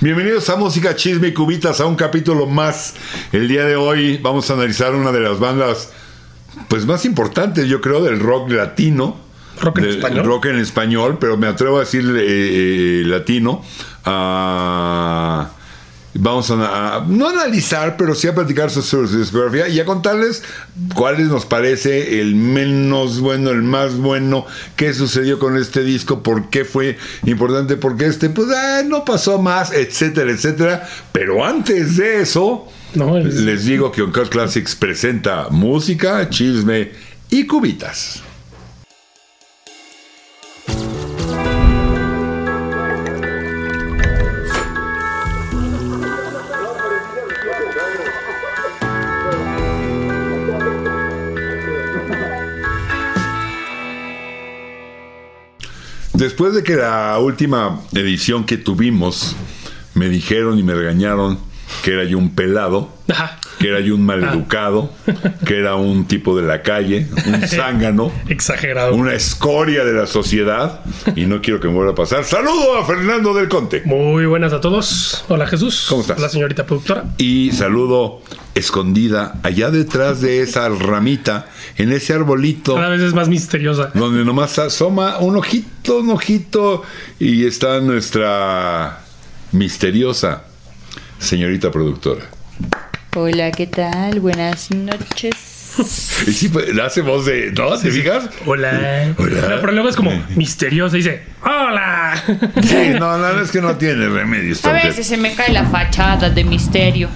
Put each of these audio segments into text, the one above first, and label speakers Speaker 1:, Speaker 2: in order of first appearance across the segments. Speaker 1: Bienvenidos a Música Chisme y Cubitas a un capítulo más. El día de hoy vamos a analizar una de las bandas pues más importantes, yo creo, del rock latino.
Speaker 2: Rock en
Speaker 1: del
Speaker 2: español.
Speaker 1: Rock en español, pero me atrevo a decir eh, eh, latino. Ah, vamos a, a- no analizar, pero sí a platicar su, su- su discografía y a contarles cuáles nos parece el menos bueno, el más bueno, qué sucedió con este disco, por qué fue importante, por qué este, pues ah, no pasó más, etcétera, etcétera. Pero antes de eso,
Speaker 2: No, es-
Speaker 1: les digo que Oncast Classics presenta música, chisme y cubitas. Después de que la última edición que tuvimos me dijeron y me regañaron que era yo un pelado,
Speaker 2: Ajá.
Speaker 1: que era yo un maleducado, que era un tipo de la calle, un zángano,
Speaker 2: Exagerado.
Speaker 1: una escoria de la sociedad y no quiero que me vuelva a pasar. Saludo a Fernando del Conte
Speaker 2: Muy buenas a todos. Hola Jesús.
Speaker 1: ¿Cómo estás?
Speaker 2: La señorita productora.
Speaker 1: y saludo escondida allá detrás de esa ramita, en ese arbolito.
Speaker 2: Cada vez es más misteriosa.
Speaker 1: Donde nomás asoma un ojito, un ojito y está nuestra misteriosa señorita productora.
Speaker 3: Hola, ¿qué tal? Buenas noches.
Speaker 1: Y sí, pues, la hace voz de... ¿No? ¿Te fijas?
Speaker 2: Hola.
Speaker 1: Hola.
Speaker 2: No, pero luego es como misteriosa. Dice, hola.
Speaker 1: Sí, no, la verdad es que no tiene remedio. esta
Speaker 3: A
Speaker 1: mujer.
Speaker 3: veces se me cae la fachada de misterio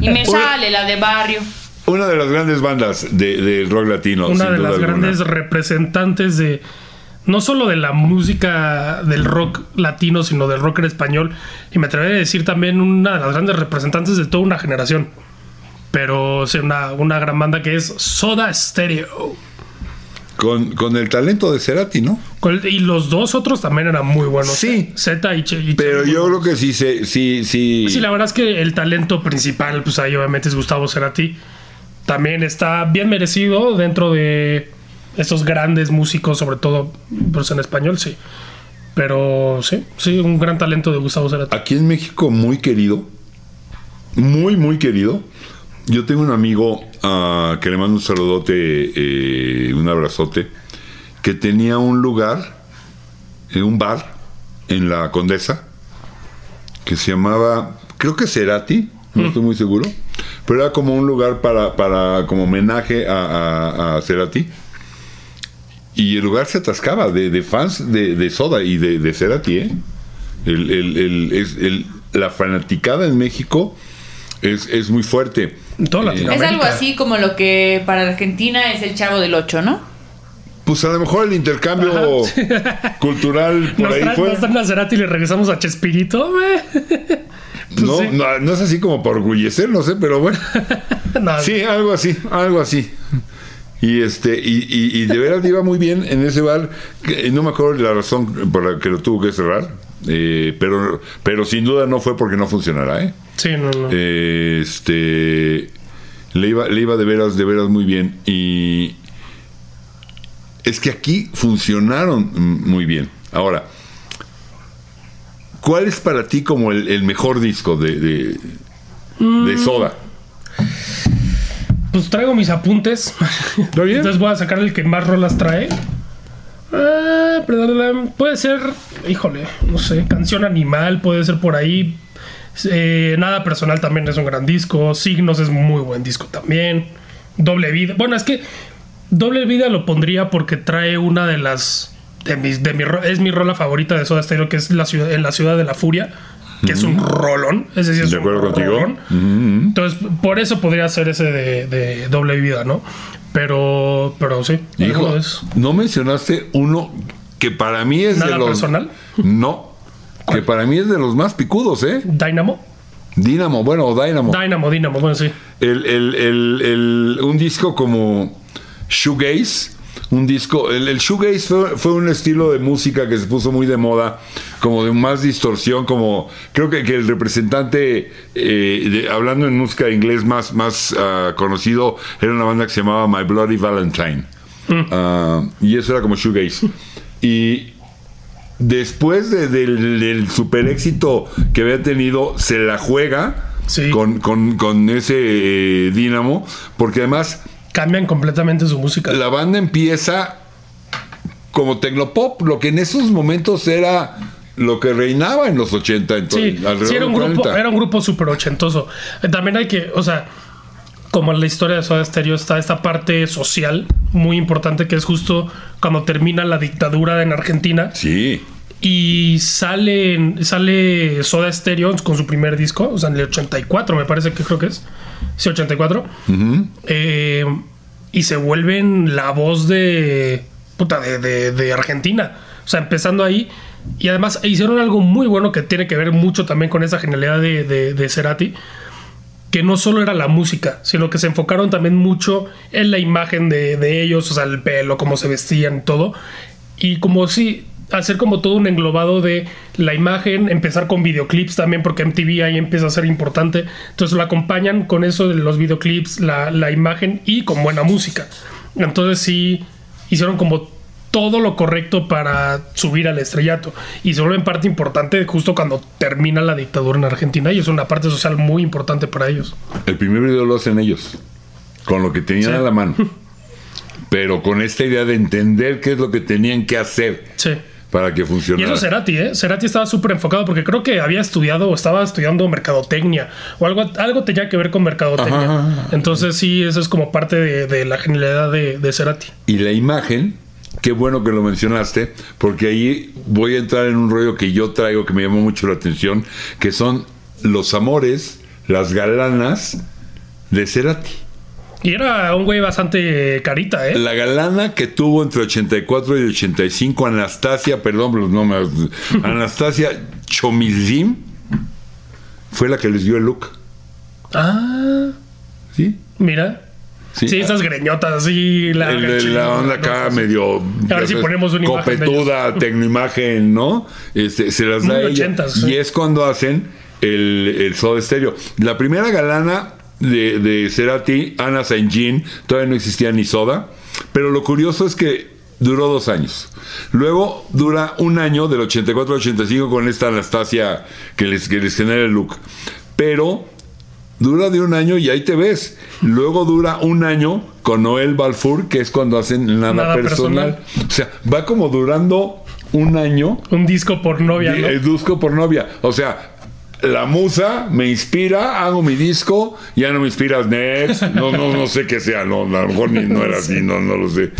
Speaker 3: y me sale la de barrio.
Speaker 1: Una de las grandes bandas de, del rock latino.
Speaker 2: Una
Speaker 1: sin
Speaker 2: de
Speaker 1: duda
Speaker 2: las
Speaker 1: alguna.
Speaker 2: grandes representantes de... No solo de la música del rock latino, sino del rock en español. Y me atrevería a decir también una de las grandes representantes de toda una generación. Pero sí, una, una gran banda que es Soda Stereo.
Speaker 1: Con, con el talento de Cerati, ¿no?
Speaker 2: Col- Y los dos otros también eran muy buenos.
Speaker 1: Sí.
Speaker 2: Z y Che. y Che-
Speaker 1: Pero yo creo que sí, se- sí, sí.
Speaker 2: Sí, la verdad es que el talento principal, pues ahí obviamente es Gustavo Cerati. También está bien merecido dentro de estos grandes músicos, sobre todo pues, en español, sí. Pero sí, sí, un gran talento de Gustavo Cerati.
Speaker 1: Aquí en México muy querido, muy, muy querido. Yo tengo un amigo ah, que le mando un saludote, eh, un abrazote, que tenía un lugar, eh, un bar en la Condesa, que se llamaba, creo que Cerati, no
Speaker 2: Mm.
Speaker 1: estoy muy seguro, pero era como un lugar para, para como homenaje a, a- a Cerati. Y el lugar se atascaba de, de fans de, de Soda y de, de Cerati, ¿eh? El- el- el- es- el- la fanaticada en México es, es muy fuerte.
Speaker 2: En toda
Speaker 1: Eh,
Speaker 2: Latinoamérica.
Speaker 3: Es algo así como lo que para Argentina es el chavo del 8, ¿no?
Speaker 1: Pues a lo mejor el intercambio cultural por
Speaker 2: Nos,
Speaker 1: ahí
Speaker 2: traen-
Speaker 1: fue.
Speaker 2: nos traen a Cerati y le regresamos a Chespirito. eh.
Speaker 1: No,
Speaker 2: sí.
Speaker 1: no, no es así como para orgullecer, no sé, pero bueno.
Speaker 2: No,
Speaker 1: Sí, algo así, algo así. Y este, y, y- y de veras le iba muy bien en ese bar. que- eh, No me acuerdo la razón por la que lo tuvo que cerrar. eh, pero, pero sin duda no fue porque no funcionara, ¿eh?
Speaker 2: Sí, no, no.
Speaker 1: Este. Le iba, le iba de veras, de veras muy bien. Y. Es que aquí funcionaron mm, muy bien. Ahora, ¿cuál es para ti como el, el mejor disco de, de, de Soda?
Speaker 2: Pues traigo mis apuntes.
Speaker 1: ¿Está bien?
Speaker 2: Entonces voy a sacar el que más rolas trae. Ah, perdón, puede ser, híjole, no sé, Canción Animal, puede ser por ahí. Eh, Nada Personal también es un gran disco. Signos es muy buen disco también. Doble Vida. Bueno, es que Doble Vida lo pondría porque trae una de las. De mis, de mi, ro- es mi rola favorita de Soda Stereo, que es la ciudad, en la ciudad de la furia, que es un rolón. Es decir, es
Speaker 1: De
Speaker 2: un
Speaker 1: acuerdo contigo.
Speaker 2: rolón. Entonces, por eso podría ser ese de, de doble vida, ¿no? Pero, pero sí.
Speaker 1: Hijo,
Speaker 2: alguno de esos.
Speaker 1: no mencionaste uno que para mí es de
Speaker 2: ¿Nada
Speaker 1: los.
Speaker 2: personal?
Speaker 1: No. Que para mí es de los más picudos, ¿eh?
Speaker 2: Dynamo.
Speaker 1: Dynamo, bueno, o Dynamo.
Speaker 2: Dynamo, Dynamo, bueno, sí.
Speaker 1: el, el- el- el- un disco como shoegaze, un disco, el, el shoegaze fue, fue un estilo de música que se puso muy de moda, como de más distorsión, como creo que, que el representante, eh, de- hablando en música inglés más, más ah, conocido, era una banda que se llamaba My
Speaker 2: Mm.
Speaker 1: Bloody Valentine. Ah, y eso era como shoegaze. Y después de- del, del super éxito que había tenido, se la juega
Speaker 2: Sí.
Speaker 1: con, con- con ese eh, Dínamo, porque además
Speaker 2: Cambian completamente su música.
Speaker 1: la banda empieza como tecnopop, lo que en esos momentos era lo que reinaba en los 80, entonces,
Speaker 2: Sí,
Speaker 1: alrededor
Speaker 2: sí, era un
Speaker 1: de
Speaker 2: grupo,
Speaker 1: 40.
Speaker 2: era un grupo súper ochentoso. Eh, También hay que, o sea, como en la historia de Soda Stereo está esta parte social muy importante que es justo cuando termina la dictadura en Argentina
Speaker 1: Sí,
Speaker 2: y sale, sale Soda Stereo con su primer disco, o sea, en el 84 me parece que creo que es, sí, 84, Eh, y se vuelven la voz de, puta, de, de- de Argentina, o sea, empezando ahí, y además hicieron algo muy bueno que tiene que ver mucho también con esa genialidad de, de, de Cerati, que no solo era la música, sino que se enfocaron también mucho en la imagen de, de ellos, o sea, el pelo, cómo se vestían, todo. Y como si hacer como todo un englobado de la imagen, empezar con videoclips también, porque MTV ahí empieza a ser importante. Entonces lo acompañan con eso de los videoclips, la, la imagen y con buena música. Entonces sí, hicieron como todo lo correcto para subir al estrellato y se vuelven parte importante justo cuando termina la dictadura en Argentina y es una parte social muy importante para ellos.
Speaker 1: el primer video lo hacen ellos, con lo que tenían
Speaker 2: Sí.
Speaker 1: a la mano, pero con esta idea de entender qué es lo que tenían que hacer
Speaker 2: Sí.
Speaker 1: para que
Speaker 2: Y
Speaker 1: funcionara.
Speaker 2: eso Cerati, ¿eh? Cerati estaba súper enfocado porque creo que había estudiado o estaba estudiando mercadotecnia o algo, algo tenía que ver con mercadotecnia.
Speaker 1: Ajá, ajá,
Speaker 2: Entonces sí, eso es como parte de, de la genialidad de, de Cerati.
Speaker 1: Y la imagen, qué bueno que lo mencionaste, porque ahí voy a entrar en un rollo que yo traigo que me llamó mucho la atención, que son los amores, las galanas de Cerati.
Speaker 2: Y era un güey bastante carita, ¿eh?
Speaker 1: La galana que tuvo entre 84 y 85, Anastasia, perdón por los nombres, Anastasia Chomizim, fue la que les dio el look.
Speaker 2: Ah,
Speaker 1: ¿Sí?
Speaker 2: mira. Sí, esas greñotas así, la,
Speaker 1: El de la onda acá medio
Speaker 2: ver si ponemos una imagen de
Speaker 1: copetuda, tecnoimagen, ¿no? Este, se las da
Speaker 2: Muy
Speaker 1: ella.
Speaker 2: ochentas, sí.
Speaker 1: Y es cuando hacen el, el Soda Stereo. La primera galana de, de Cerati, Ana Saint Jean, todavía no existía ni Soda, pero lo curioso es que duró dos años. Luego dura un año, del 84 al 85, con esta Anastasia que les, que les genera el look. Pero Dura de un año y ahí te ves. Luego dura un año con Noel Balfour, que es cuando hacen nada,
Speaker 2: Nada
Speaker 1: personal. O sea, va como durando un año
Speaker 2: Un disco por novia,
Speaker 1: y
Speaker 2: ¿no?
Speaker 1: el disco por novia. O sea, la musa me inspira, hago mi disco, ya no me inspiras next. No, no, no sé qué sea, no, a lo mejor ni no era así, no, no lo sé.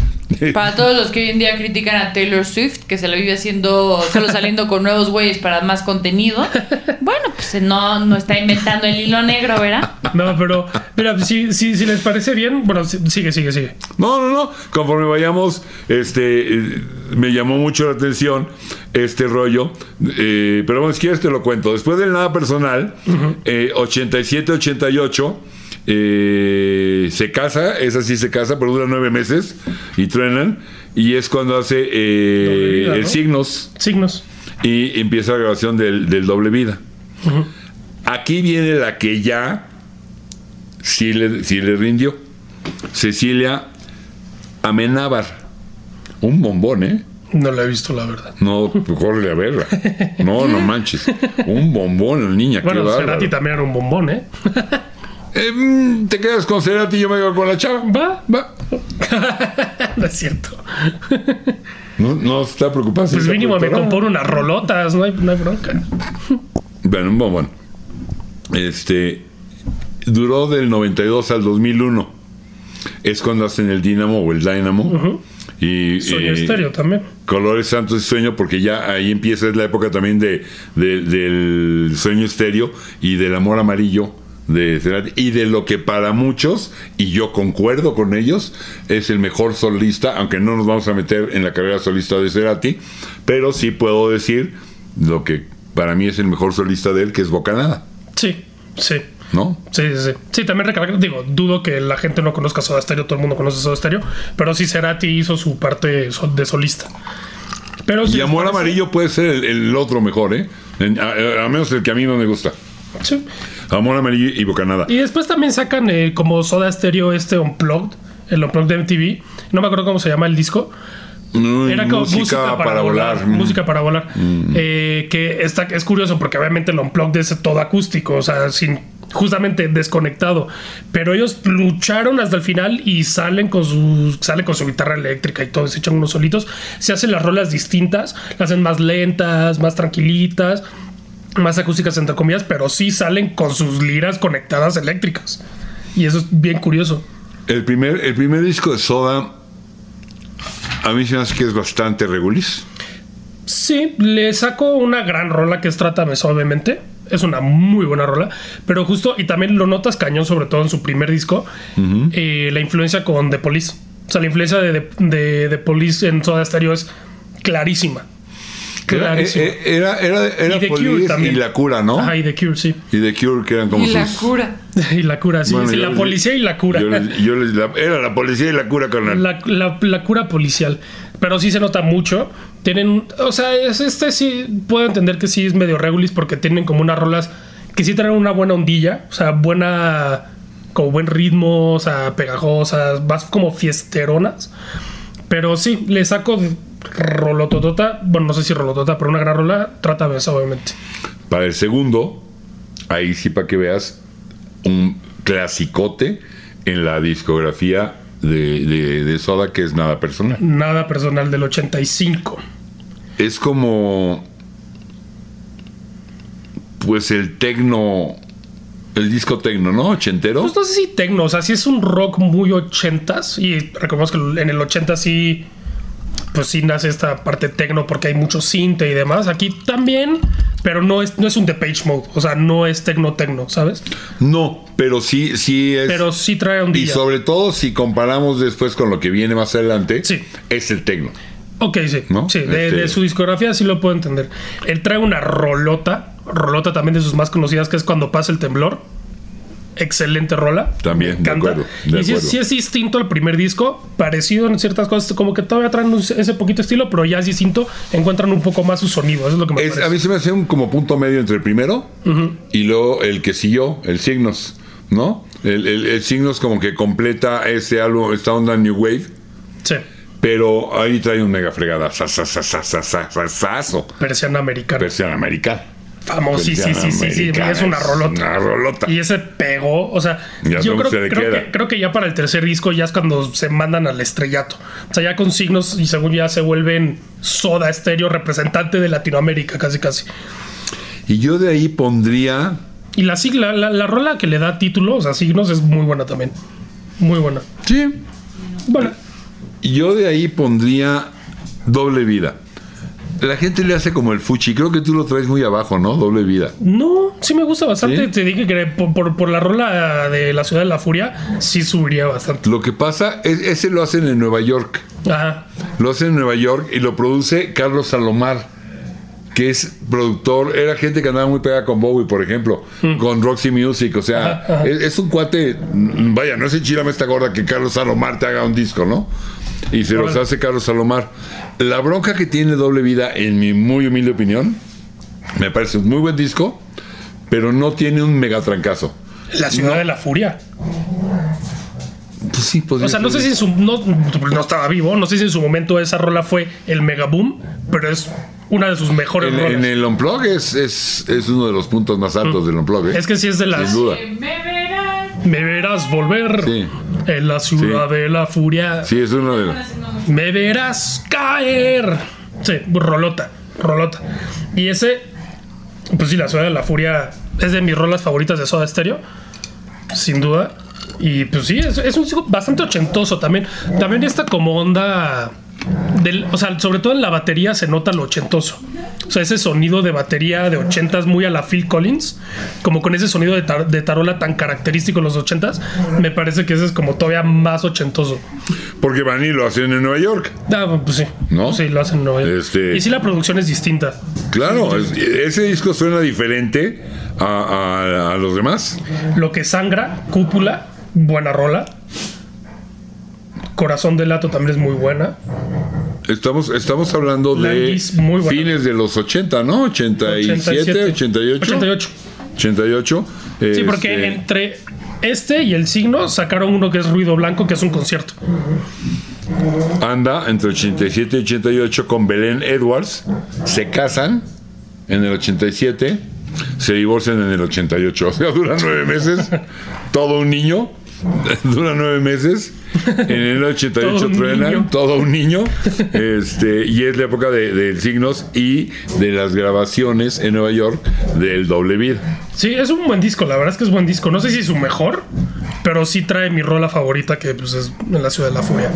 Speaker 3: Para todos los que hoy en día critican a Taylor Swift, que se la vive haciendo, solo saliendo con nuevos güeyes para más contenido, bueno, pues no, no está inventando el hilo negro, ¿verdad?
Speaker 2: No, pero mira, si, si, si les parece bien, bueno, si- sigue, sigue, sigue.
Speaker 1: No, no, no. Conforme vayamos, este, eh, me llamó mucho la atención este rollo. Eh, pero bueno, si quieres te lo cuento. Después del nada personal, eh, 87-88, eh, se casa, esa sí se casa, pero dura nueve meses y truenan. Y es cuando hace eh,
Speaker 2: Doble vida,
Speaker 1: el
Speaker 2: ¿no?
Speaker 1: signos
Speaker 2: Signos.
Speaker 1: y empieza la grabación del, del doble vida. Aquí viene la que ya sí le, sí le rindió. Cecilia Amenábar. Un bombón, ¿eh?
Speaker 2: No la he visto, la verdad.
Speaker 1: No, corre a verla. No, no manches. Un bombón, la niña. qué
Speaker 2: Bueno,
Speaker 1: bárbaro.
Speaker 2: Cerati también era un bombón, ¿eh?
Speaker 1: Eh, mm, Te quedas con Cerati y yo me quedo con la chava.
Speaker 2: Va,
Speaker 1: Va.
Speaker 2: no es cierto.
Speaker 1: No, no está preocupado.
Speaker 2: Pues mínimo me compone unas rolotas, no hay, no hay bronca.
Speaker 1: Bueno, un bombón. Este duró del 92 al 2001. Es cuando hacen el Dynamo o el Dynamo. Y
Speaker 2: Sueño
Speaker 1: eh,
Speaker 2: estéreo también.
Speaker 1: Colores Santos y Sueño, porque ya ahí empieza es la época también de, de- del sueño estéreo y del amor amarillo de Cerati, y de lo que para muchos, y yo concuerdo con ellos, es el mejor solista, aunque no nos vamos a meter en la carrera solista de Cerati, pero sí puedo decir lo que para mí es el mejor solista de él, que es Bocanada,
Speaker 2: Sí, sí.
Speaker 1: ¿no?
Speaker 2: Sí, sí, sí. Sí, también recalcar, digo, dudo que la gente no conozca Soda Stereo, todo el mundo conoce Soda Stereo, pero sí Cerati hizo su parte so- de solista. Pero si
Speaker 1: Y
Speaker 2: les
Speaker 1: Amor
Speaker 2: parece-
Speaker 1: Amarillo puede ser el, el otro mejor, ¿eh? En- a- a- al menos el que a mí no me gusta.
Speaker 2: Sí.
Speaker 1: Amor Amarillo y Bocanada.
Speaker 2: Y después también sacan eh, como Soda Stereo este Unplugged, el Unplugged de MTV. No me acuerdo cómo se llama el disco.
Speaker 1: Mm,
Speaker 2: Era como música, para, volar.
Speaker 1: mm.
Speaker 2: Música para volar. Eh, que está, es curioso porque obviamente el Unplugged es todo acústico, o sea, sin, justamente desconectado. Pero ellos lucharon hasta el final y salen con su, sale con su guitarra eléctrica y todo, se echan unos solitos. Se hacen las rolas distintas, las hacen más lentas, más tranquilitas. Más acústicas entre comillas, pero sí salen con sus liras conectadas eléctricas. Y eso es bien curioso.
Speaker 1: El primer, el primer disco de Soda, a mí se me hace que es bastante regulis.
Speaker 2: Sí, le saco una gran rola que es Trátame suavemente. Es una muy buena rola. Pero justo, y también lo notas cañón, sobre todo en su primer disco, eh, la influencia con The Police. O sea, la influencia de, de, de The Police en Soda Stereo es clarísima.
Speaker 1: Era,
Speaker 2: Clarísima.
Speaker 1: Eh, era, era, era
Speaker 2: Y The
Speaker 1: Police
Speaker 2: Cure también.
Speaker 1: y La Cura, ¿no?
Speaker 2: Ajá, y The Cure, sí.
Speaker 1: Y The Cure, que eran como
Speaker 3: Y la
Speaker 1: sus-
Speaker 3: cura.
Speaker 2: Y la cura, sí.
Speaker 1: Bueno,
Speaker 2: sí,
Speaker 1: yo
Speaker 2: la
Speaker 1: les-
Speaker 2: policía y la cura.
Speaker 1: Yo les- yo les- la- era la policía y la cura, carnal.
Speaker 2: La, la- la cura policial. Pero sí se nota mucho. Tienen. O sea, es este sí. Puedo entender que sí es medio regulis porque tienen como unas rolas que sí traen una buena ondilla. O sea, buena. Como buen ritmo. O sea, pegajosas. Más como fiesteronas. Pero sí, le saco de- rolototota. Bueno, no sé si rolotota, pero una gran rola. Trata de eso, obviamente.
Speaker 1: Para el segundo, ahí sí para que veas un clasicote en la discografía de, de- de Soda, que es nada personal.
Speaker 2: Nada personal del 85.
Speaker 1: Es como. Pues el tecno. El disco tecno, ¿no? Ochentero.
Speaker 2: Pues no sé si tecno, o sea, sí es un rock muy ochentas. Y reconozco que en el 80 sí, pues sí nace esta parte tecno porque hay mucho cinte y demás. Aquí también, pero no es, no es un Depeche Mode, o sea, no es tecno tecno, ¿sabes?
Speaker 1: No, pero sí, sí es.
Speaker 2: Pero sí trae un
Speaker 1: y
Speaker 2: día.
Speaker 1: sobre todo si comparamos después con lo que viene más adelante,
Speaker 2: Sí.
Speaker 1: es el tecno.
Speaker 2: Ok, sí.
Speaker 1: ¿No?
Speaker 2: Sí, de,
Speaker 1: Este-
Speaker 2: de su discografía sí lo puedo entender. Él trae una rolota, rolota también de sus más conocidas, que es Cuando pasa el temblor. Excelente rola.
Speaker 1: También,
Speaker 2: Me
Speaker 1: de
Speaker 2: encanta.
Speaker 1: acuerdo, de
Speaker 2: y sí, es-
Speaker 1: acuerdo.
Speaker 2: sí es distinto al primer disco, parecido en ciertas cosas, como que todavía traen un- ese poquito estilo, pero ya es distinto, encuentran un poco más su sonido. Eso es lo que me
Speaker 1: Es- a
Speaker 2: parece.
Speaker 1: mí se me hace un como punto medio entre el primero y luego el que siguió, el Signos, ¿no? El, el- el Signos como que completa este álbum, esta onda New Wave,
Speaker 2: Sí,
Speaker 1: pero ahí trae un mega fregada, sa, sa, sa, sa, sa, sa, sa, sazo.
Speaker 2: persiana americana.
Speaker 1: Versión americana.
Speaker 2: Famosísima, Oh, sí, sí, sí, sí,
Speaker 1: Americana,
Speaker 2: es una rolota.
Speaker 1: Una rolota.
Speaker 2: Y ese pegó, o sea,
Speaker 1: Ya
Speaker 2: yo
Speaker 1: no
Speaker 2: creo,
Speaker 1: se le
Speaker 2: creo
Speaker 1: queda.
Speaker 2: que, creo que ya para el tercer disco ya es cuando se mandan al estrellato. O sea, ya con signos y según ya se vuelven soda estéreo representante de Latinoamérica, casi casi.
Speaker 1: Y yo de ahí pondría
Speaker 2: Y la sigla, la, la rola que le da título, o sea, signos es muy buena también. Muy buena.
Speaker 1: Sí.
Speaker 2: Bueno,
Speaker 1: Yo de ahí pondría doble vida. La gente le hace como el fuchi. Creo que tú lo traes muy abajo, ¿no? Doble vida.
Speaker 2: no, sí me gusta bastante.
Speaker 1: ¿Sí?
Speaker 2: Te dije que por, por- por la rola de La Ciudad de la Furia, sí subiría bastante.
Speaker 1: Lo que pasa es ese lo hacen en Nueva York.
Speaker 2: Ajá.
Speaker 1: Lo hacen en Nueva York y lo produce Carlos Salomar, que es productor. Era gente que andaba muy pegada con Bowie, por ejemplo, con Roxy Music. O sea,
Speaker 2: Hmm. Ajá, ajá.
Speaker 1: Es, es un cuate. mm, Vaya, no se enchilame esta gorda que Carlos Salomar te haga un disco, ¿no? Y se los
Speaker 2: Órale.
Speaker 1: hace Carlos Salomar. La bronca que tiene doble vida, en mi muy humilde opinión, me parece un muy buen disco, pero no tiene un megatrancazo.
Speaker 2: La Ciudad de la Furia.
Speaker 1: Pues sí, podría
Speaker 2: O sea, no
Speaker 1: ser.
Speaker 2: sé si en su. No, no estaba vivo, no sé si en su momento esa rola fue el mega boom, pero es una de sus mejores
Speaker 1: En,
Speaker 2: rolas.
Speaker 1: en el Unplug es, es, es uno de los puntos más altos del Unplug.
Speaker 2: Hmm. Es que sí es de las.
Speaker 1: Sin duda.
Speaker 3: Que me verás.
Speaker 2: Me verás volver
Speaker 1: Sí.
Speaker 2: en la ciudad
Speaker 1: Sí.
Speaker 2: de la furia.
Speaker 1: Sí, es uno de los.
Speaker 2: Me verás caer. Sí, rolota, rolota. Y ese, pues sí, la ciudad de la furia es de mis rolas favoritas de Soda Stereo, sin duda. Y pues sí, es, es un disco bastante ochentoso también. También está como onda. Del, o sea, sobre todo en la batería se nota lo ochentoso. O sea, ese sonido de batería de ochentas muy a la Phil Collins, como con ese sonido de, tar- de tarola tan característico en los ochentas, me parece que ese es como todavía más ochentoso.
Speaker 1: Porque Van y lo hacen en Nueva York.
Speaker 2: Ah, pues sí.
Speaker 1: ¿No?
Speaker 2: Sí, lo hacen en Nueva York.
Speaker 1: Este-
Speaker 2: Y sí, la producción es distinta.
Speaker 1: Claro, es- ese disco suena diferente a, a- a los demás.
Speaker 2: Lo que sangra, cúpula, buena rola. Corazón de lato también es muy buena.
Speaker 1: Estamos, estamos hablando de
Speaker 2: Landis, muy bueno.
Speaker 1: fines de los 80, ¿no? 87, 88.
Speaker 2: 88.
Speaker 1: 88.
Speaker 2: Sí, porque
Speaker 1: este,
Speaker 2: entre este y el signo sacaron uno que es Ruido Blanco, que es un concierto.
Speaker 1: Anda entre 87 y 88 con Belén Edwards. Se casan en el 87. Se divorcian en el 88. O sea, dura nueve meses. Todo un niño. Dura nueve meses. En el 88
Speaker 2: Todo un
Speaker 1: truenan.
Speaker 2: niño.
Speaker 1: Todo un niño. Este, y es la época de, de signos y de las grabaciones en Nueva York del doble vida.
Speaker 2: Sí, es un buen disco, la verdad es que es buen disco. No sé si su mejor, pero sí trae mi rola favorita que pues es en la ciudad de la furia.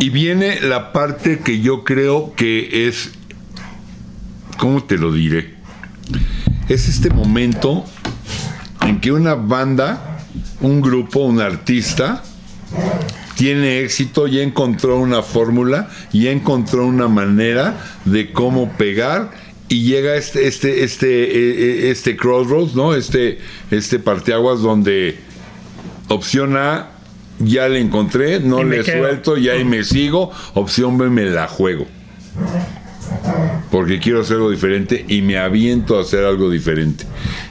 Speaker 1: Y viene la parte que yo creo que es, ¿cómo te lo diré? Es este momento en que una banda, un grupo, un artista, tiene éxito y encontró una fórmula y encontró una manera de cómo pegar y llega este este este eh, eh, este crossroads, ¿no? Este este parteaguas donde opción A ya le encontré, no
Speaker 2: Y me
Speaker 1: le
Speaker 2: quedo.
Speaker 1: suelto y ahí me sigo, opción B me la juego. Porque quiero hacer algo diferente y me aviento a hacer algo diferente.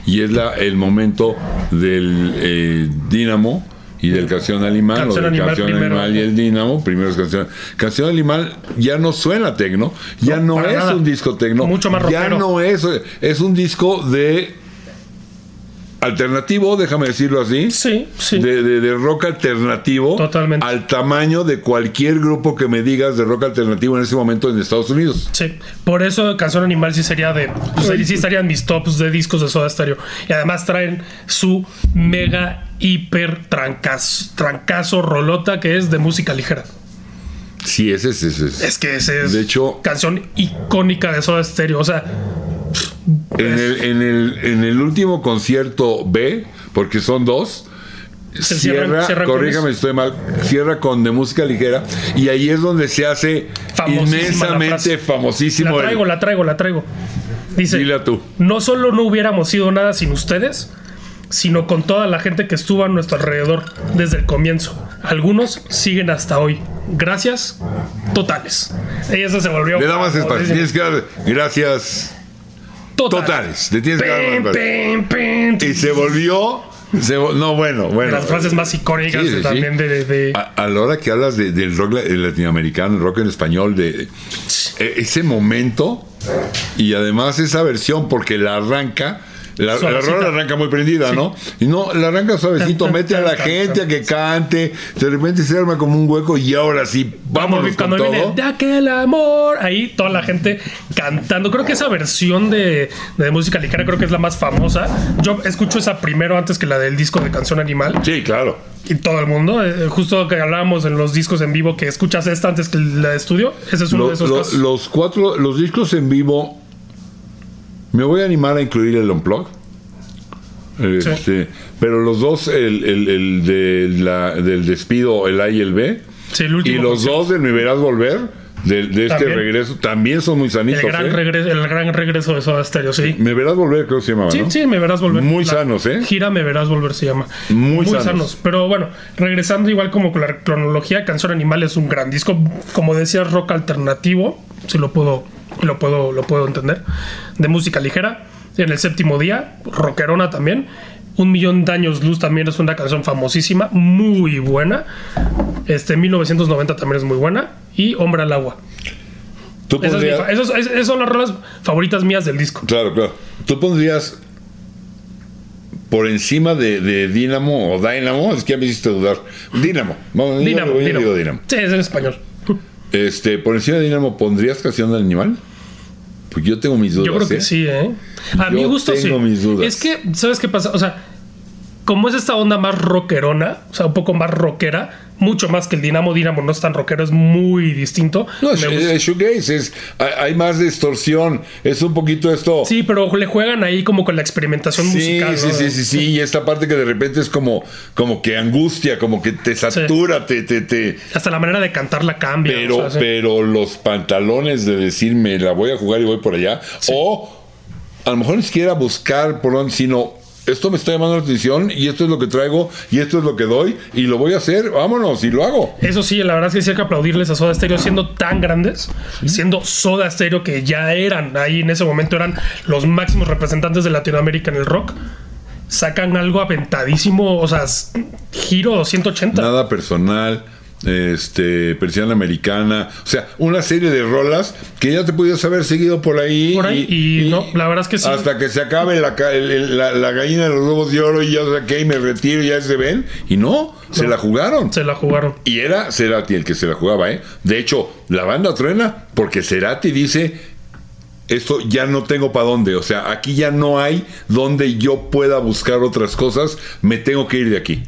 Speaker 1: Y es la, el momento del eh, Dínamo y del Canción Animal,
Speaker 2: Canción
Speaker 1: o del
Speaker 2: Animal
Speaker 1: Canción
Speaker 2: primero.
Speaker 1: Animal y el Dínamo, primero es Canción Canción Animal ya no suena tecno, ya
Speaker 2: No,
Speaker 1: no,
Speaker 2: para
Speaker 1: es
Speaker 2: nada.
Speaker 1: un disco tecno.
Speaker 2: Mucho más
Speaker 1: Ya
Speaker 2: rockero.
Speaker 1: no es, es un disco de alternativo, déjame decirlo así
Speaker 2: Sí, sí.
Speaker 1: de, de- de rock alternativo
Speaker 2: Totalmente.
Speaker 1: al tamaño de cualquier grupo que me digas de rock alternativo en ese momento en Estados Unidos.
Speaker 2: Sí, por eso Canción Animal sí sería de. pues, ahí sí estarían mis tops de discos de Soda Stereo. Y además traen su mega hiper trancazo, trancazo rolota que es de música ligera.
Speaker 1: Sí, ese es, ese es.
Speaker 2: Es que ese es.
Speaker 1: De hecho-
Speaker 2: Canción icónica de Soda Stereo. O sea,
Speaker 1: En, el, en el- en el último concierto B, porque son dos,
Speaker 2: Se
Speaker 1: cierra,
Speaker 2: cierran- cierran con
Speaker 1: corrígame
Speaker 2: eso.
Speaker 1: si estoy mal, cierra con de música ligera y ahí es donde se hace
Speaker 2: Famosísima la
Speaker 1: inmensamente
Speaker 2: frase.
Speaker 1: famosísimo.
Speaker 2: la
Speaker 1: el-
Speaker 2: traigo, la traigo, la traigo. Dice.
Speaker 1: Dila tú.
Speaker 2: No solo no hubiéramos sido nada sin ustedes, sino con toda la gente que estuvo a nuestro alrededor desde el comienzo. Algunos siguen hasta hoy. Gracias totales. Y eso se volvió.
Speaker 1: Le da más espacio.
Speaker 2: famosísimo.
Speaker 1: Tienes que dar gracias
Speaker 2: Total.
Speaker 1: totales. Le tienes que dar más
Speaker 2: Pim,
Speaker 1: espacio.
Speaker 2: pim, pim.
Speaker 1: Y se volvió. se vol- no, bueno, bueno.
Speaker 2: Las frases más icónicas
Speaker 1: Sí, sí, sí.
Speaker 2: también de, de-
Speaker 1: A, a la hora que hablas de- del rock la- latinoamericano, el rock en español, de e- ese momento y además esa versión, porque la arranca, la, la
Speaker 2: Suavecita.
Speaker 1: rola arranca muy prendida, ¿no? Y no, la arranca suavecito,
Speaker 2: Tan, tan,
Speaker 1: mete a
Speaker 2: tan,
Speaker 1: la
Speaker 2: tan,
Speaker 1: gente
Speaker 2: tan.
Speaker 1: a que cante, de repente se arma como un hueco y ahora sí, vamos Ah, con
Speaker 2: cuando viene
Speaker 1: todo.
Speaker 2: de aquel amor, ahí toda la gente cantando. Creo que esa versión de, de música ligera creo que es la más famosa. Yo escucho esa primero antes que la del disco de Canción Animal.
Speaker 1: Sí, claro.
Speaker 2: y todo el mundo. eh, justo que hablábamos en los discos en vivo que escuchas esta antes que la de estudio. Ese es uno
Speaker 1: Lo-
Speaker 2: de esos
Speaker 1: lo-
Speaker 2: casos.
Speaker 1: los cuatro, los discos en vivo, me voy a animar a incluir el Unplug. Este, Pero los dos, el, el- el de la- del despido, el A y el B,
Speaker 2: Sí, el último
Speaker 1: y los
Speaker 2: concierto.
Speaker 1: dos del Me Verás Volver, de, de este
Speaker 2: También.
Speaker 1: regreso, también son muy sanitos.
Speaker 2: El gran,
Speaker 1: ¿eh?
Speaker 2: regreso, el gran regreso de Soda Stereo, sí.
Speaker 1: Me Verás Volver, creo que se llamaba,
Speaker 2: Sí,
Speaker 1: ¿no?
Speaker 2: sí, me verás volver.
Speaker 1: Muy sanos, ¿eh?
Speaker 2: Gira Me Verás Volver se llama.
Speaker 1: Muy sanos.
Speaker 2: Pero bueno, regresando igual como con la cronología, Canción Animal es un gran disco. Como decía, rock alternativo. Si lo puedo, lo puedo, lo puedo entender. De música ligera. En el séptimo día, rockerona también. Un millón de años luz también es una canción famosísima, muy buena. Este 1990 también es muy buena. Y Hombre al agua.
Speaker 1: Tú
Speaker 2: Esas, es mi
Speaker 1: pondrías-
Speaker 2: fa- esas- esas- esas son las rolas favoritas mías del disco.
Speaker 1: Claro, claro. Tú pondrías por encima de, de Dínamo o Dynamo, es que ya me hiciste dudar. Dínamo, vamos, yo-
Speaker 2: Dinamo,
Speaker 1: yo
Speaker 2: Dinamo.
Speaker 1: digo Dínamo.
Speaker 2: Sí, es en español.
Speaker 1: Este, por encima de Dinamo, ¿pondrías canción del animal? Pues yo tengo mis dudas.
Speaker 2: Yo creo que
Speaker 1: ¿eh?
Speaker 2: sí, ¿eh? A
Speaker 1: Yo
Speaker 2: mi gusto
Speaker 1: tengo
Speaker 2: sí.
Speaker 1: mis dudas.
Speaker 2: Es que, ¿sabes qué pasa? O sea, como es esta onda más rockerona, o sea, un poco más rockera, mucho más que el Dinamo. Dinamo no es tan rockero, es muy distinto.
Speaker 1: No,
Speaker 2: Me
Speaker 1: sh-
Speaker 2: gusta.
Speaker 1: eh, shoegaze es, hay, hay más distorsión, es un poquito esto.
Speaker 2: Sí, pero le juegan ahí como con la experimentación
Speaker 1: Sí,
Speaker 2: musical.
Speaker 1: sí,
Speaker 2: ¿no?
Speaker 1: sí, sí, sí, y esta parte que de repente es como, como que angustia, como que te satura, te, te, te,
Speaker 2: Hasta la manera de cantar la cambia.
Speaker 1: Pero,
Speaker 2: o sea, sí.
Speaker 1: pero los pantalones de decirme la voy a jugar y voy por allá. O a lo mejor ni siquiera buscar por dónde, sino esto me está llamando la atención y esto es lo que traigo y esto es lo que doy y lo voy a hacer. Vámonos y lo hago.
Speaker 2: Eso sí, la verdad es que sí hay que aplaudirles a Soda Stereo siendo tan grandes, siendo Soda Stereo que ya eran ahí en ese momento, eran los máximos representantes de Latinoamérica en el rock. Sacan algo aventadísimo, o sea, s- giro 180.
Speaker 1: Nada personal, este, Persiana Americana, o sea, una serie de rolas que ya te pudieras haber seguido por ahí.
Speaker 2: Por ahí, y no, la verdad es que sí.
Speaker 1: Hasta que se acabe la, ca- el- el- la- la gallina de los globos de oro y ya saqué y me retiro y ya se ven. Y no, se
Speaker 2: No.
Speaker 1: la jugaron.
Speaker 2: Se la jugaron.
Speaker 1: Y era Cerati el que se la jugaba, ¿eh? De hecho, la banda truena porque Cerati dice, esto ya no tengo para dónde, o sea, aquí ya no hay donde yo pueda buscar otras cosas, me tengo que ir de aquí.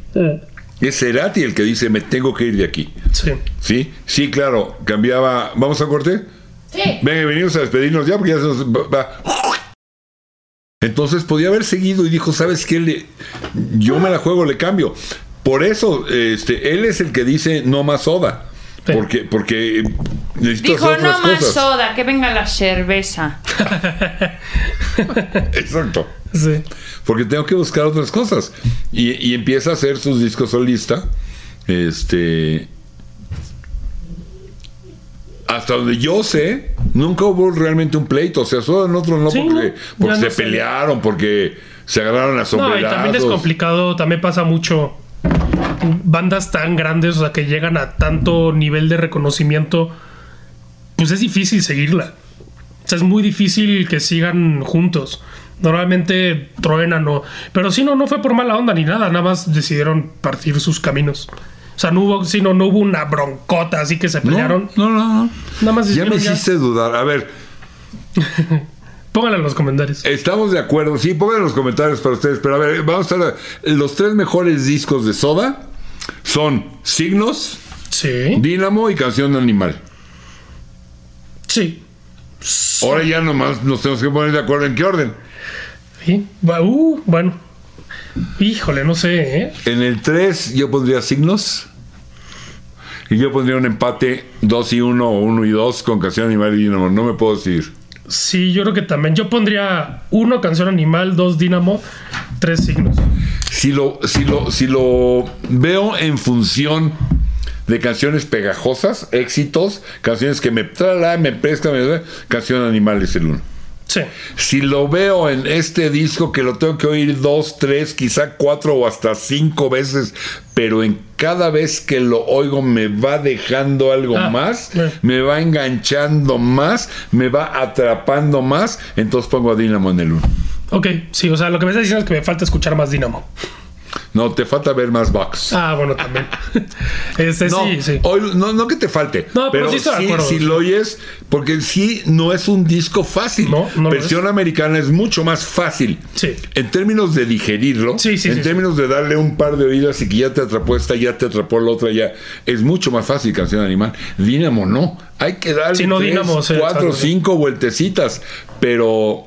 Speaker 1: Es Cerati el que dice, me tengo que ir de aquí.
Speaker 2: Sí.
Speaker 1: ¿Sí? Sí, claro, cambiaba... ¿Vamos a corte?
Speaker 3: Sí.
Speaker 1: Venga, venimos a despedirnos ya porque ya se nos va- va. Entonces podía haber seguido y dijo, ¿sabes qué? Le- yo me la juego, le cambio. Por eso, este, él es el que dice no más soda.
Speaker 2: Sí.
Speaker 1: Porque, porque necesitas
Speaker 3: Dijo,
Speaker 1: otras
Speaker 3: no más
Speaker 1: cosas.
Speaker 3: soda, que venga la cerveza.
Speaker 1: Exacto.
Speaker 2: Sí.
Speaker 1: Porque tengo que buscar otras cosas. Y, y empieza a hacer sus discos solista. Este. Hasta donde yo sé, nunca hubo realmente un pleito. O sea, solo en otros no,
Speaker 2: Sí,
Speaker 1: porque,
Speaker 2: no,
Speaker 1: porque
Speaker 2: ya
Speaker 1: se
Speaker 2: no sé.
Speaker 1: pelearon, porque se agarraron a
Speaker 2: No, y
Speaker 1: sombrerazos.
Speaker 2: también es complicado, también pasa mucho. Bandas tan grandes, o sea, que llegan a tanto nivel de reconocimiento, pues es difícil seguirla. O sea, es muy difícil que sigan juntos. Normalmente truenan o... Pero si no, no fue por mala onda ni nada, nada más decidieron partir sus caminos. O sea, no hubo, si no, no hubo una broncota así que se pelearon.
Speaker 1: No, no, no.
Speaker 2: Nada más
Speaker 1: Ya me
Speaker 2: decidieron, ya.
Speaker 1: hiciste dudar. A ver,
Speaker 2: Pónganla en los comentarios.
Speaker 1: estamos de acuerdo. Sí, pongan en los comentarios para ustedes. Pero a ver, vamos a ver. Los tres mejores discos de Soda son Signos,
Speaker 2: Sí.
Speaker 1: Dínamo y Canción de Animal.
Speaker 2: Sí.
Speaker 1: Ahora ya nomás nos tenemos que poner de acuerdo en qué orden.
Speaker 2: Sí. Va- uh, bueno. Híjole, no sé, ¿eh?
Speaker 1: En el 3 yo pondría signos. Y yo pondría un empate 2 y 1 o 1 y 2 con canción animal y Dynamo. No me puedo decidir.
Speaker 2: Sí, yo creo que también. Yo pondría uno, canción animal, dos, dínamo, tres signos.
Speaker 1: Si lo, si lo, si lo veo en función de canciones pegajosas, éxitos, canciones que me traen, me pescan, me- canción animal es el 1.
Speaker 2: Sí.
Speaker 1: Si lo veo en este disco que lo tengo que oír dos, tres, quizá cuatro o hasta cinco veces, pero en cada vez que lo oigo me va dejando algo
Speaker 2: Ah,
Speaker 1: más,
Speaker 2: eh.
Speaker 1: me va enganchando más, me va atrapando más, entonces pongo a Dynamo en el uno.
Speaker 2: Ok, sí, o sea, lo que me estás diciendo es que me falta escuchar más dínamo.
Speaker 1: No, te falta ver más box.
Speaker 2: Ah, bueno, también. este
Speaker 1: No,
Speaker 2: sí, sí.
Speaker 1: hoy- no, no que te falte,
Speaker 2: No, pero
Speaker 1: pero,
Speaker 2: sí
Speaker 1: sí,
Speaker 2: estoy de acuerdo.
Speaker 1: si lo oyes, porque sí no es un disco fácil.
Speaker 2: No, no lo
Speaker 1: Versión americana es mucho más fácil.
Speaker 2: Sí.
Speaker 1: En términos de digerirlo,
Speaker 2: Sí, sí,
Speaker 1: en
Speaker 2: sí,
Speaker 1: términos de darle un par de oídas y que ya te atrapó esta, ya te atrapó la otra, ya es mucho más fácil canción animal. Dínamo no, hay que darle
Speaker 2: Sí, no, Dínamo, sí,
Speaker 1: cuatro,
Speaker 2: exacto, sí.
Speaker 1: cinco vueltecitas, pero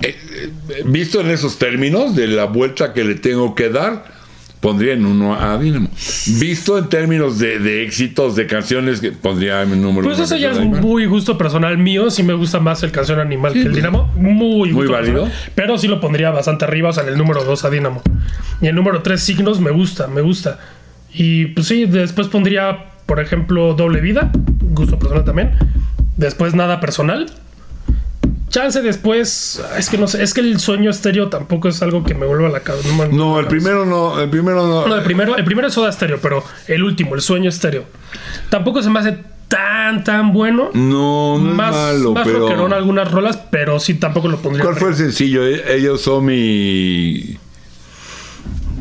Speaker 1: eh, eh, visto en esos términos de la vuelta que le tengo que dar, pondría en uno a Dínamo. Visto en términos de, de éxitos de canciones, que pondría en número
Speaker 2: Pues
Speaker 1: uno
Speaker 2: eso ya es
Speaker 1: Canción Animal.
Speaker 2: muy gusto personal mío. Sí me gusta más el canción animal que el dínamo. Muy, gusto
Speaker 1: válido.
Speaker 2: personal, pero sí lo pondría bastante arriba, o sea, en el número 2 a dínamo. Y el número 3 signos me gusta, me gusta. Y pues sí, después pondría, por ejemplo, doble vida, gusto personal también. Después nada personal. Chance después, es que no sé, es que el sueño estéreo tampoco es algo que me vuelva a la cabeza. me-
Speaker 1: No, el primero no, el primero no.
Speaker 2: no, el primero, el primero es Soda Stereo, pero el último, el sueño estéreo. Tampoco se me hace tan, tan bueno.
Speaker 1: no, no es
Speaker 2: más,
Speaker 1: malo,
Speaker 2: más
Speaker 1: pero.
Speaker 2: rockerón algunas rolas, pero sí tampoco lo pondría.
Speaker 1: ¿Cuál fue el sencillo? E- Ellos son mi.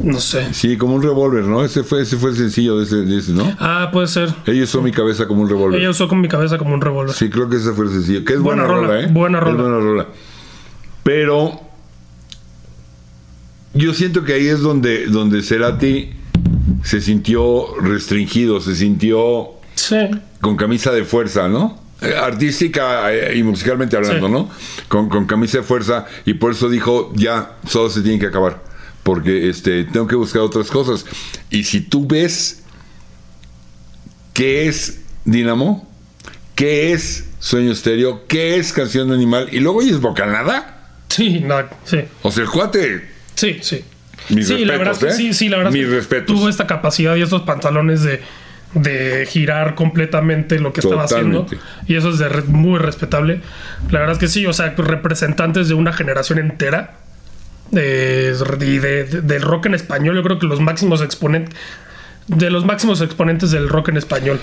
Speaker 2: No sé.
Speaker 1: Sí, como un revólver, ¿no? Ese fue, ese fue el sencillo de ese, de ese, ¿no?
Speaker 2: Ah, puede ser.
Speaker 1: Ellos son mi cabeza como un revólver.
Speaker 2: Ella usó con mi cabeza como un revólver.
Speaker 1: Sí, creo que ese fue el sencillo. Que es
Speaker 2: Buena
Speaker 1: buena, rola,
Speaker 2: rola,
Speaker 1: ¿eh?
Speaker 2: buena
Speaker 1: Es
Speaker 2: rola.
Speaker 1: buena rola. Pero. Yo siento que ahí es donde, donde Cerati se sintió restringido, se sintió
Speaker 2: Sí.
Speaker 1: con camisa de fuerza, ¿no? Eh, Artística eh, y musicalmente hablando,
Speaker 2: Sí.
Speaker 1: ¿no? Con, con camisa de fuerza y por eso dijo, ya, solo se tiene que acabar, porque este, tengo que buscar otras cosas. Y si tú ves qué es Dinamo, qué es Sueño Estéreo, qué es Canción de Animal, y luego oyes Bocanada,
Speaker 2: Sí, no, sí.
Speaker 1: o sea, el cuate,
Speaker 2: Sí, sí.
Speaker 1: Mis
Speaker 2: sí, la verdad
Speaker 1: respetos,
Speaker 2: es que
Speaker 1: ¿eh?
Speaker 2: sí, sí, la verdad es
Speaker 1: Mis
Speaker 2: que
Speaker 1: respetos.
Speaker 2: tuvo esta capacidad y estos pantalones de, de girar completamente lo que estaba
Speaker 1: Totalmente.
Speaker 2: haciendo. Y eso es de re- muy respetable. La verdad es que sí, o sea, pues, representantes de una generación entera. eh, y de, de- del rock en español, yo creo que los máximos exponentes. de los máximos exponentes del rock en español.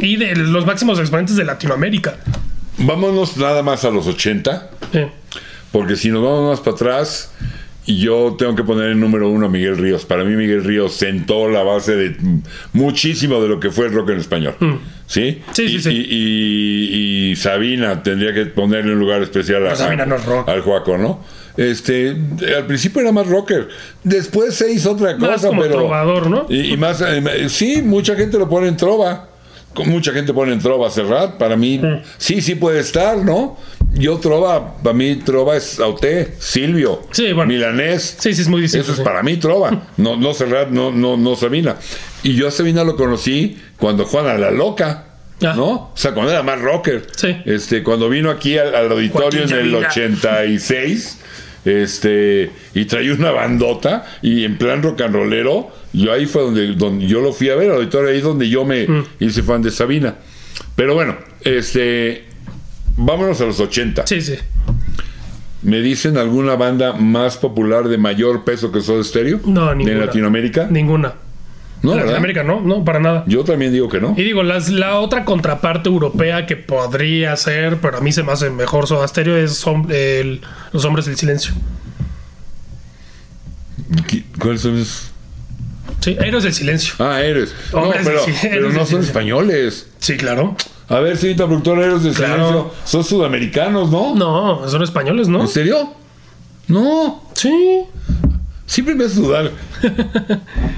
Speaker 2: Y de los máximos exponentes de Latinoamérica.
Speaker 1: Vámonos nada más a los 80,
Speaker 2: Sí.
Speaker 1: porque si nos vamos más para atrás, yo tengo que poner en número uno a Miguel Ríos. Para mí Miguel Ríos sentó la base de m- muchísimo de lo que fue el rock en español. ¿Sí?
Speaker 2: Mm. Sí, sí,
Speaker 1: Y-
Speaker 2: sí.
Speaker 1: Y, y- y Sabina tendría que ponerle un lugar especial a,
Speaker 2: Pero Pues Sabina no es rock.
Speaker 1: al Juaco, ¿no? Este, al principio era más rocker, después se hizo otra cosa,
Speaker 2: Más como
Speaker 1: pero
Speaker 2: trovador, ¿no?
Speaker 1: Y, y más, eh, sí, mucha gente lo pone en trova. Con- Mucha gente pone en trova a Serrat. Para mí,
Speaker 2: Mm.
Speaker 1: sí, sí puede estar, ¿no? Yo trova, para mí trova es Auté, Silvio,
Speaker 2: Sí, bueno.
Speaker 1: Milanés.
Speaker 2: Sí, sí, es muy distinto.
Speaker 1: Eso es
Speaker 2: sí.
Speaker 1: pues, para mí trova. No, no Serrat, no, no, no Sabina. Y yo a Sabina lo conocí cuando Juana la Loca.
Speaker 2: Ah.
Speaker 1: ¿No? O sea, cuando era más rocker.
Speaker 2: Sí.
Speaker 1: Este, cuando vino aquí al, al auditorio
Speaker 2: Joaquín
Speaker 1: en el
Speaker 2: Sabina.
Speaker 1: 86, este, y traía una bandota y en plan rock and rollero, yo ahí fue donde, donde yo lo fui a ver, al auditorio ahí es donde yo me
Speaker 2: Mm.
Speaker 1: hice fan de Sabina. Pero bueno, este, vámonos a los 80.
Speaker 2: Sí, sí.
Speaker 1: ¿Me dicen alguna banda más popular de mayor peso que Soda Stereo?
Speaker 2: No,
Speaker 1: ¿De
Speaker 2: ninguna.
Speaker 1: Latinoamérica?
Speaker 2: Ninguna.
Speaker 1: no,
Speaker 2: En
Speaker 1: ¿verdad?
Speaker 2: Latinoamérica no, no, para nada.
Speaker 1: Yo también digo que no.
Speaker 2: Y digo, las- la otra contraparte europea que podría ser, pero a mí se me hace mejor Soda Stereo, es hom- el- Los Hombres del Silencio.
Speaker 1: ¿Qui- ¿Cuáles son esos?
Speaker 2: Sí, Héroes del Silencio.
Speaker 1: Ah, eres. No,
Speaker 2: Hombres de
Speaker 1: pero,
Speaker 2: cien,
Speaker 1: pero
Speaker 2: de
Speaker 1: no son
Speaker 2: cien.
Speaker 1: españoles.
Speaker 2: Sí, claro.
Speaker 1: A ver, señorita productora, héroes de
Speaker 2: Claro.
Speaker 1: silencio. Son sudamericanos, ¿no?
Speaker 2: No, son españoles, ¿no?
Speaker 1: ¿En serio? No.
Speaker 2: Sí.
Speaker 1: Siempre me hace dudar.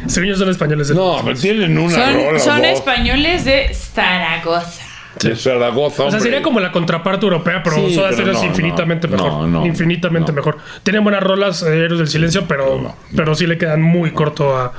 Speaker 2: Según yo son españoles. ¿eh?
Speaker 1: No, pero tienen una rola o
Speaker 3: Son, son
Speaker 1: dos
Speaker 3: españoles de Zaragoza.
Speaker 1: De Zaragoza,
Speaker 2: O sea,
Speaker 1: hombre.
Speaker 2: sería como la contraparte europea, pero
Speaker 1: Sí,
Speaker 2: Soda
Speaker 1: pero
Speaker 2: Stereo es
Speaker 1: no,
Speaker 2: infinitamente
Speaker 1: no,
Speaker 2: mejor.
Speaker 1: no, no,
Speaker 2: infinitamente
Speaker 1: no.
Speaker 2: mejor. Tienen buenas rolas, eh, Héroes del Silencio, pero, pero sí le quedan muy corto a,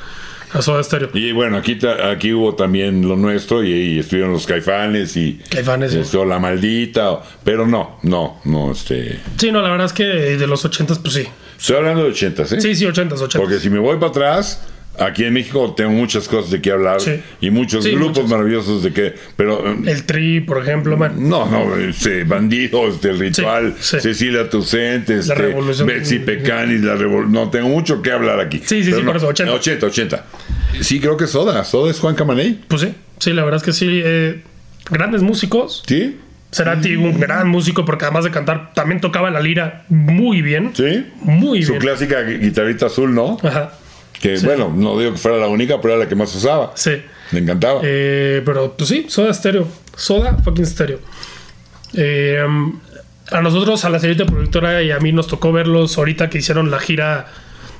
Speaker 2: a Soda Stereo.
Speaker 1: Y bueno, aquí, ta- aquí hubo también lo nuestro y, y estuvieron los caifanes y...
Speaker 2: Caifanes, sí.
Speaker 1: esto, la maldita. o- Pero no, no, no, este...
Speaker 2: Sí, no, la verdad es que de los ochentas, pues sí.
Speaker 1: Estoy hablando de ochentas, ¿eh?
Speaker 2: Sí, sí, ochentas, ochentas.
Speaker 1: Porque si me voy para atrás, aquí en México tengo muchas cosas de qué hablar
Speaker 2: Sí.
Speaker 1: y muchos
Speaker 2: Sí,
Speaker 1: grupos
Speaker 2: muchas.
Speaker 1: maravillosos de que... Pero eh,
Speaker 2: El Tri, por ejemplo, man.
Speaker 1: No, no, este, bandidos del ritual,
Speaker 2: sí.
Speaker 1: Cecilia Tucent, este,
Speaker 2: Revolución.
Speaker 1: Betsy Pecanis, la revol- No, tengo mucho que hablar aquí.
Speaker 2: Sí, sí, sí,
Speaker 1: no,
Speaker 2: por eso, 80.
Speaker 1: 80, 80. Sí, creo que Soda. Soda es Juan Camaney.
Speaker 2: Pues sí, sí, la verdad es que sí. eh, grandes músicos.
Speaker 1: ¿Sí?
Speaker 2: Cerati,
Speaker 1: Mm.
Speaker 2: un gran músico, porque además de cantar, también tocaba la lira muy bien.
Speaker 1: ¿Sí?
Speaker 2: Muy
Speaker 1: Su
Speaker 2: bien. Ah,
Speaker 1: clásica gui- guitarrita azul, ¿no?
Speaker 2: Ajá.
Speaker 1: Que bueno, no digo que fuera la única, pero era la que más usaba.
Speaker 2: Sí.
Speaker 1: Me encantaba.
Speaker 2: Eh, pero pues sí, Soda Stereo. Soda fucking Stereo. Eh, a nosotros, a la serie de productora y a mí nos tocó verlos ahorita que hicieron la gira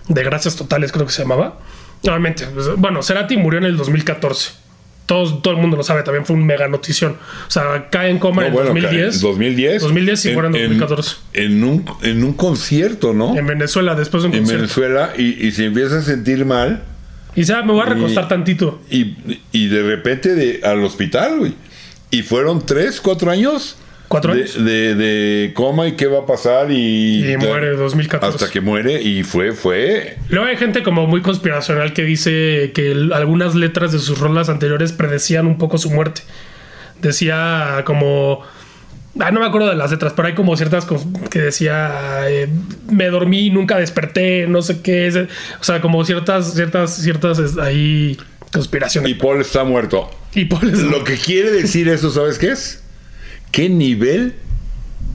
Speaker 2: de Gracias Totales, creo que se llamaba. Obviamente, pues, bueno, Cerati murió en el 2014. Todos, todo el mundo lo sabe, también fue un mega notición. O sea, cae en
Speaker 1: No,
Speaker 2: coma en el
Speaker 1: bueno, que-
Speaker 2: 2010.
Speaker 1: 2010.
Speaker 2: 2010 y
Speaker 1: en-
Speaker 2: fuera en
Speaker 1: en-
Speaker 2: 2014.
Speaker 1: En un, en un concierto, ¿no?
Speaker 2: En Venezuela, después de un
Speaker 1: En
Speaker 2: concierto.
Speaker 1: Venezuela, y, y se empieza a sentir mal,
Speaker 2: Y dice, ah, me voy a recostar
Speaker 1: Y-
Speaker 2: tantito.
Speaker 1: Y, y de repente de, al hospital, güey. Y fueron tres, cuatro años.
Speaker 2: Cuatro
Speaker 1: de,
Speaker 2: años.
Speaker 1: De, de coma y qué va a pasar y...
Speaker 2: Y muere 2014.
Speaker 1: Hasta que muere y fue, fue...
Speaker 2: Luego hay gente como muy conspiracional que dice que el- algunas letras de sus rolas anteriores predecían un poco su muerte. Decía como... Ah, no me acuerdo de las letras, pero hay como ciertas cos- que decía eh, me dormí, nunca desperté, no sé qué. es- O sea, como ciertas, ciertas, ciertas es- ahí
Speaker 1: Y
Speaker 2: conspiraciones.
Speaker 1: Paul está muerto.
Speaker 2: Y por eso-
Speaker 1: Lo que quiere decir eso, ¿sabes qué es? ¿Qué nivel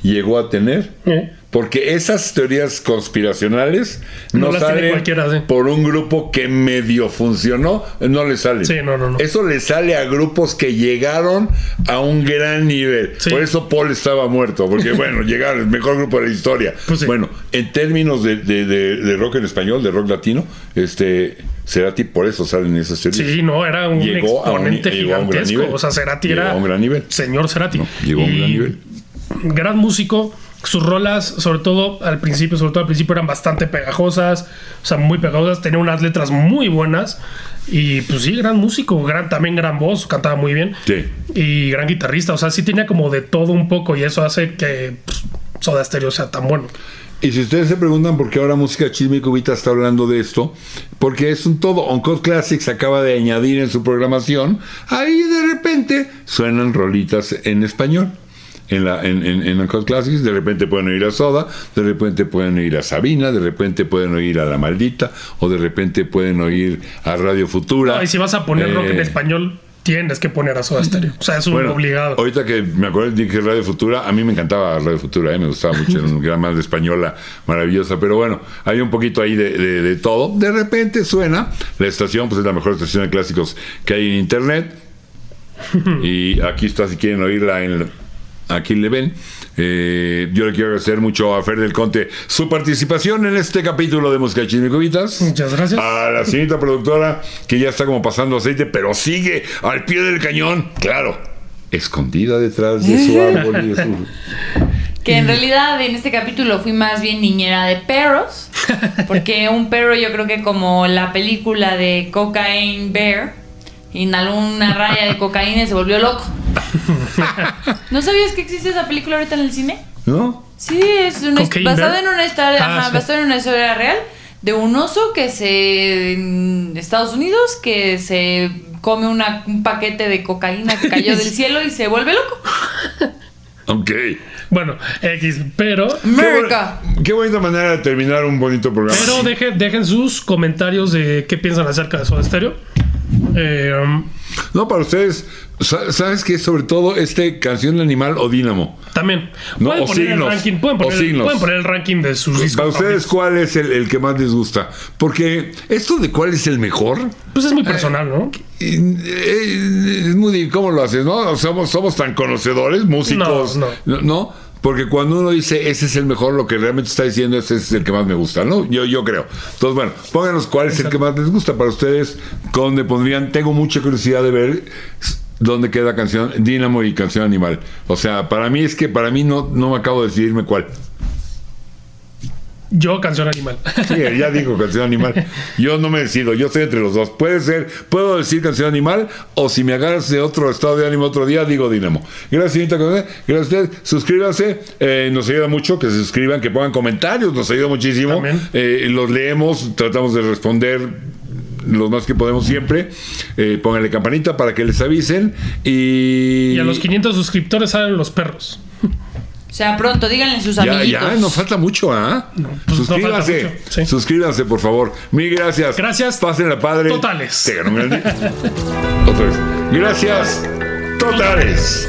Speaker 1: llegó a tener?
Speaker 2: Eh,
Speaker 1: Porque esas teorías conspiracionales no,
Speaker 2: No las tiene
Speaker 1: salen
Speaker 2: cualquiera, sí.
Speaker 1: por un grupo que medio funcionó, no le salen.
Speaker 2: Sí, no, no, no.
Speaker 1: Eso le sale a grupos que llegaron a un gran nivel.
Speaker 2: Sí.
Speaker 1: Por eso Paul estaba muerto, porque bueno, llegaron el mejor grupo de la historia.
Speaker 2: Pues sí.
Speaker 1: Bueno, en términos de, de- de- de rock en español, de rock latino, este Cerati por eso salen esas teorías.
Speaker 2: Sí, no, era un
Speaker 1: Llegó a un-
Speaker 2: exponente
Speaker 1: llegó a un gran
Speaker 2: gigantesco.
Speaker 1: nivel.
Speaker 2: o sea, Cerati
Speaker 1: Llegó
Speaker 2: era
Speaker 1: a un gran nivel.
Speaker 2: señor Cerati.
Speaker 1: Llegó a un
Speaker 2: Y
Speaker 1: gran nivel.
Speaker 2: gran músico. Sus rolas, sobre todo al principio, sobre todo al principio eran bastante pegajosas, o sea, muy pegajosas, tenía unas letras muy buenas y pues sí, gran músico, gran también gran voz, cantaba muy bien.
Speaker 1: Sí.
Speaker 2: Y gran guitarrista, o sea, sí tenía como de todo un poco y eso hace que pues, Soda Stereo sea tan bueno.
Speaker 1: Y si ustedes se preguntan por qué ahora Música Chisme y Cubita está hablando de esto, porque es un todo. Oncode Classics acaba de añadir en su programación, ahí de repente suenan rolitas en español. en, la, en, en, en Uncut Classics, de repente pueden oír a Soda, de repente pueden oír a Sabina, de repente pueden oír a La Maldita, o de repente pueden oír a Radio Futura.
Speaker 2: No, y si vas a poner rock en
Speaker 1: Eh,
Speaker 2: español, tienes que poner a Soda Stereo. O sea, es un
Speaker 1: bueno,
Speaker 2: obligado.
Speaker 1: Ahorita que me acuerdo dije Radio Futura, a mí me encantaba Radio Futura, ¿eh? me gustaba mucho, era una gran banda española maravillosa, pero bueno, hay un poquito ahí de, de- de todo. De repente suena, la estación pues es la mejor estación de clásicos que hay en internet. Y aquí está, si quieren oírla, en, aquí le ven. Eh, yo le quiero agradecer mucho a Fer del Conte su participación en este capítulo de Música Chisme y Cubitas.
Speaker 2: Muchas gracias.
Speaker 1: A la señorita productora, que ya está como pasando aceite, pero sigue al pie del cañón, claro, escondida detrás de su árbol y de su...
Speaker 3: Que en realidad en este capítulo fui más bien niñera de perros. Porque un perro, yo creo que como la película de Cocaine Bear, inhaló una raya de cocaína y se volvió loco. ¿No sabías que existe esa película ahorita en el cine?
Speaker 1: ¿No?
Speaker 3: Sí, es una
Speaker 2: ¿Cocaine
Speaker 3: basada
Speaker 2: Bear?
Speaker 3: en una historia,
Speaker 2: Ah,
Speaker 3: ajá,
Speaker 2: sí.
Speaker 3: basada en una historia real de un oso que se en Estados Unidos que se come una- un paquete de cocaína que cayó del cielo y se vuelve loco.
Speaker 1: Ok.
Speaker 2: Bueno, X, pero.
Speaker 3: America.
Speaker 1: Qué, bu- qué bonita manera de terminar un bonito programa.
Speaker 2: Pero deje- dejen sus comentarios de qué piensan acerca de Soda Stereo. Eh, um,
Speaker 1: No, para ustedes, sa- ¿sabes qué? Sobre todo este canción de animal o dínamo.
Speaker 2: también.
Speaker 1: No,
Speaker 2: pueden,
Speaker 1: o
Speaker 2: poner
Speaker 1: signos,
Speaker 2: el ranking, pueden,
Speaker 1: o
Speaker 2: poner,
Speaker 1: signos.
Speaker 2: pueden poner el ranking de sus discos.
Speaker 1: Para ustedes,
Speaker 2: favoritos.
Speaker 1: ¿cuál es el, el que más les gusta? Porque esto de cuál es el mejor,
Speaker 2: Pues es muy personal, ¿no?
Speaker 1: Y, eh, es muy di- ¿cómo lo haces? ¿No? Somos, somos tan conocedores, músicos,
Speaker 2: No,
Speaker 1: no, Porque cuando uno dice ese es el mejor, lo que realmente está diciendo es ese es el que más me gusta, ¿no? Yo, yo creo. Entonces, bueno, pónganos cuál es el que más les gusta para ustedes, donde pondrían, tengo mucha curiosidad de ver s- dónde queda canción Dínamo y canción animal. O sea, para mí es que para mí no, no me acabo de decidirme cuál.
Speaker 2: Yo, canción animal.
Speaker 1: Sí, ya digo canción animal. Yo no me decido, yo estoy entre los dos. Puede ser, puedo decir canción animal o si me agarras de otro estado de ánimo otro día, digo Dinamo. Gracias, señorita Coronel. Gracias a ustedes. Suscríbanse, eh, nos ayuda mucho que se suscriban, que pongan comentarios, nos ayuda muchísimo.
Speaker 2: También.
Speaker 1: Eh, los leemos, tratamos de responder los más que podemos siempre. Eh, pónganle campanita para que les avisen. Y,
Speaker 2: y a los 500 suscriptores salen los perros.
Speaker 3: O sea, pronto, díganle a sus
Speaker 1: Ya,
Speaker 3: amiguitos.
Speaker 1: ya, nos falta mucho, ¿ah?
Speaker 2: pues no falta
Speaker 1: suscríbanse,
Speaker 2: mucho, sí.
Speaker 1: suscríbanse, por favor. Mil gracias.
Speaker 2: Gracias.
Speaker 1: Pasen la padre.
Speaker 2: Totales.
Speaker 1: Te ganó un gran día. Otra vez. Gracias. Totales.